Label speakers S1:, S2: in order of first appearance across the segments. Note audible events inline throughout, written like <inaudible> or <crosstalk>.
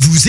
S1: Vous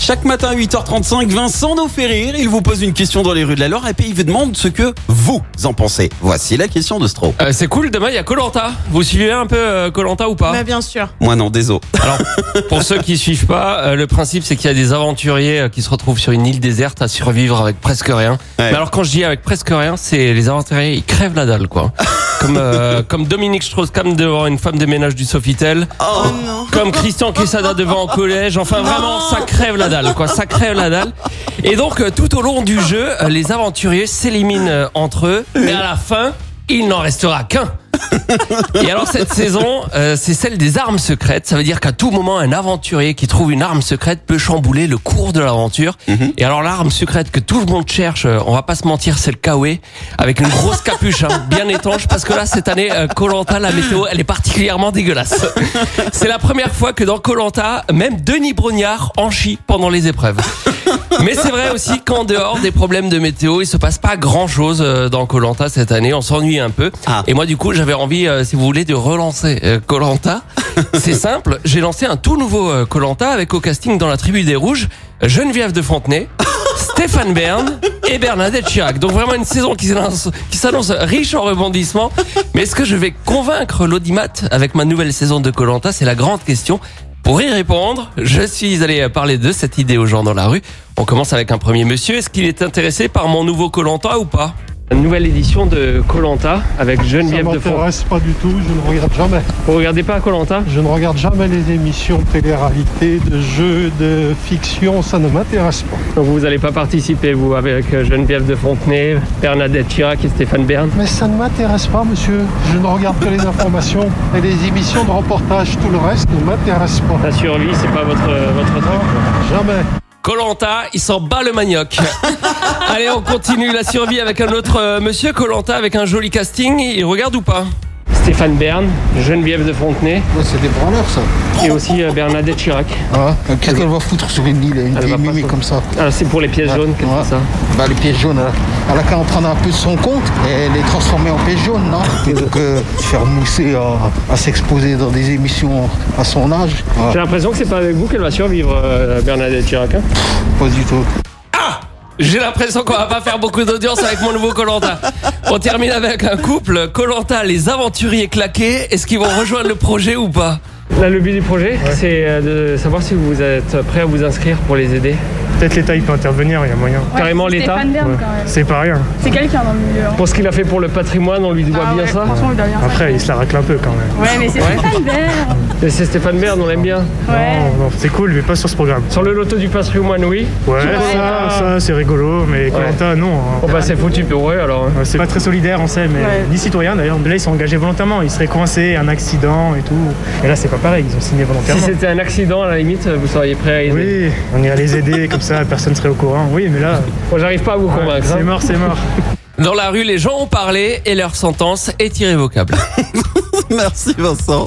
S2: Chaque matin à 8h35, Vincent nous fait rire. Il vous pose une question dans les rues de la Loire et puis il vous demande ce que vous en pensez. Voici la question de Stro.
S3: Euh, C'est cool, demain il y a Colanta. Vous suivez un peu euh, Colanta ou pas
S4: Mais bien sûr.
S2: Moi non, désolé.
S3: Pour ceux qui suivent pas, euh, le principe c'est qu'il y a des aventuriers euh, qui se retrouvent sur une île déserte à survivre avec presque rien.
S2: Ouais.
S3: Mais alors quand je dis avec presque rien, c'est les aventuriers ils crèvent la dalle
S2: <laughs>
S3: quoi. Comme, euh, comme Dominique Strauss-Kahn devant une femme de ménage du Sofitel.
S2: Oh,
S3: comme Christian Quesada devant au collège. Enfin, vraiment, ça crève la dalle, quoi. Ça crève la dalle. Et donc, euh, tout au long du jeu, euh, les aventuriers s'éliminent euh, entre eux. Mais à la fin, il n'en restera qu'un. Et alors cette saison, euh, c'est celle des armes secrètes. Ça veut dire qu'à tout moment, un aventurier qui trouve une arme secrète peut chambouler le cours de l'aventure. Et alors l'arme secrète que tout le monde cherche, euh, on va pas se mentir, c'est le kawaii avec une grosse capuche, hein, bien étanche, parce que là cette année, Colanta, la météo, elle est particulièrement dégueulasse. C'est la première fois que dans Colanta, même Denis Brognard en chie pendant les épreuves. Mais c'est vrai aussi qu'en dehors des problèmes de météo, il se passe pas grand chose dans Colanta cette année. On s'ennuie un peu.
S2: Ah.
S3: Et moi, du coup, j'avais envie, euh, si vous voulez, de relancer euh, Colanta. c'est simple. J'ai lancé un tout nouveau euh, Colanta avec au casting dans la tribu des Rouges Geneviève de Fontenay. Stéphane Bern et Bernadette Chirac. Donc vraiment une saison qui s'annonce- qui s'annonce riche en rebondissements. Mais est-ce que je vais convaincre l'audimat avec ma nouvelle saison de Colanta C'est la grande question. Pour y répondre, je suis allé parler de cette idée aux gens dans la rue. On commence avec un premier monsieur. Est-ce qu'il est intéressé par mon nouveau Colanta ou pas Une nouvelle édition de Colanta avec
S5: Ça
S3: Geneviève de Font.
S5: m'intéresse pas du tout, je ne regarde jamais.
S3: Vous regardez pas Colanta
S5: Je ne regarde jamais les émissions de télé-réalité, de jeux, de fiction, ça ne m'intéresse pas.
S3: Donc vous n'allez pas participer vous avec euh, Geneviève de Fontenay, Bernadette Chirac et Stéphane Bern.
S5: Mais ça ne m'intéresse pas, monsieur. Je ne regarde que les informations et les émissions de reportage. Tout le reste ne m'intéresse pas.
S3: La survie, c'est pas votre euh, votre
S5: Non, jamais.
S3: Colanta, il s'en bat le <laughs> manioc. Allez, on continue la survie avec un autre euh, monsieur Colanta avec un joli casting. Il regarde ou pas Stéphane Bern, Geneviève de Fontenay
S6: C'est des branleurs ça.
S3: et aussi euh, Bernadette Chirac.
S6: Hein Qu'est-ce qu'elle va foutre sur une île, une
S3: Elle va
S6: vieille
S3: pas
S6: mimi
S3: foutre.
S6: comme ça
S3: Alors c'est pour les pièces jaunes, qu'est-ce que
S6: Ouais.
S3: c'est ça
S6: Bah le piège jaune là. Elle a qu'à en prendre un peu de son compte et les transformer en piège jaune, <laughs> non Plutôt que euh, se faire mousser à, à s'exposer dans des émissions à son âge. Ouais,
S3: J'ai l'impression que c'est pas avec vous qu'elle va survivre, euh, Bernadette Chirac. hein.
S6: pas du tout.
S3: J'ai l'impression qu'on va pas faire beaucoup d'audience avec mon nouveau Colanta. On termine avec un couple, Colanta, les aventuriers claqués. Est-ce qu'ils vont rejoindre le projet ou pas Là, le but du projet, c'est euh, de savoir si vous êtes prêt à vous inscrire pour les aider.
S7: Peut-être l'État il peut intervenir, il y a moyen.
S8: Ouais,
S3: Carrément
S8: c'est
S3: l'État.
S8: Stéphane Bern, quand même.
S7: C'est pas rien.
S8: C'est quelqu'un dans le milieu. hein.
S3: Pour ce qu'il a fait pour le patrimoine, on lui doit
S8: Ah
S3: bien
S8: ouais,
S3: ça.
S8: Franchement, il doit bien ça.
S7: Après, il se la racle un peu quand même.
S8: Ouais, mais c'est Stéphane Bern.
S3: Et c'est Stéphane Bern, on l'aime bien.
S8: Ouais.
S7: Non, non, c'est cool, mais pas sur ce programme.
S3: Sur le loto du patrimoine, oui.
S7: Ouais, ça, ça c'est rigolo, mais Colanta, non. hein.
S3: Bon bah c'est foutu pour eux alors. hein.
S7: Ouais, C'est pas très solidaire, on sait, mais
S8: Ouais.
S7: ni citoyen d'ailleurs. Mais là, ils sont engagés volontairement. Ils seraient coincés, un accident et tout. Et là, c'est pas pareil, ils ont signé
S3: Si
S7: volontairement.
S3: c'était un accident, à la limite, vous seriez prêt à aider.
S7: oui, on irait les aider, comme ça, personne serait au courant. Oui, mais là,
S3: Bon, j'arrive pas à vous
S7: ouais,
S3: convaincre.
S7: c'est
S3: hein.
S7: mort, c'est mort.
S3: Dans la rue, les gens ont parlé et leur sentence est irrévocable.
S2: merci Vincent.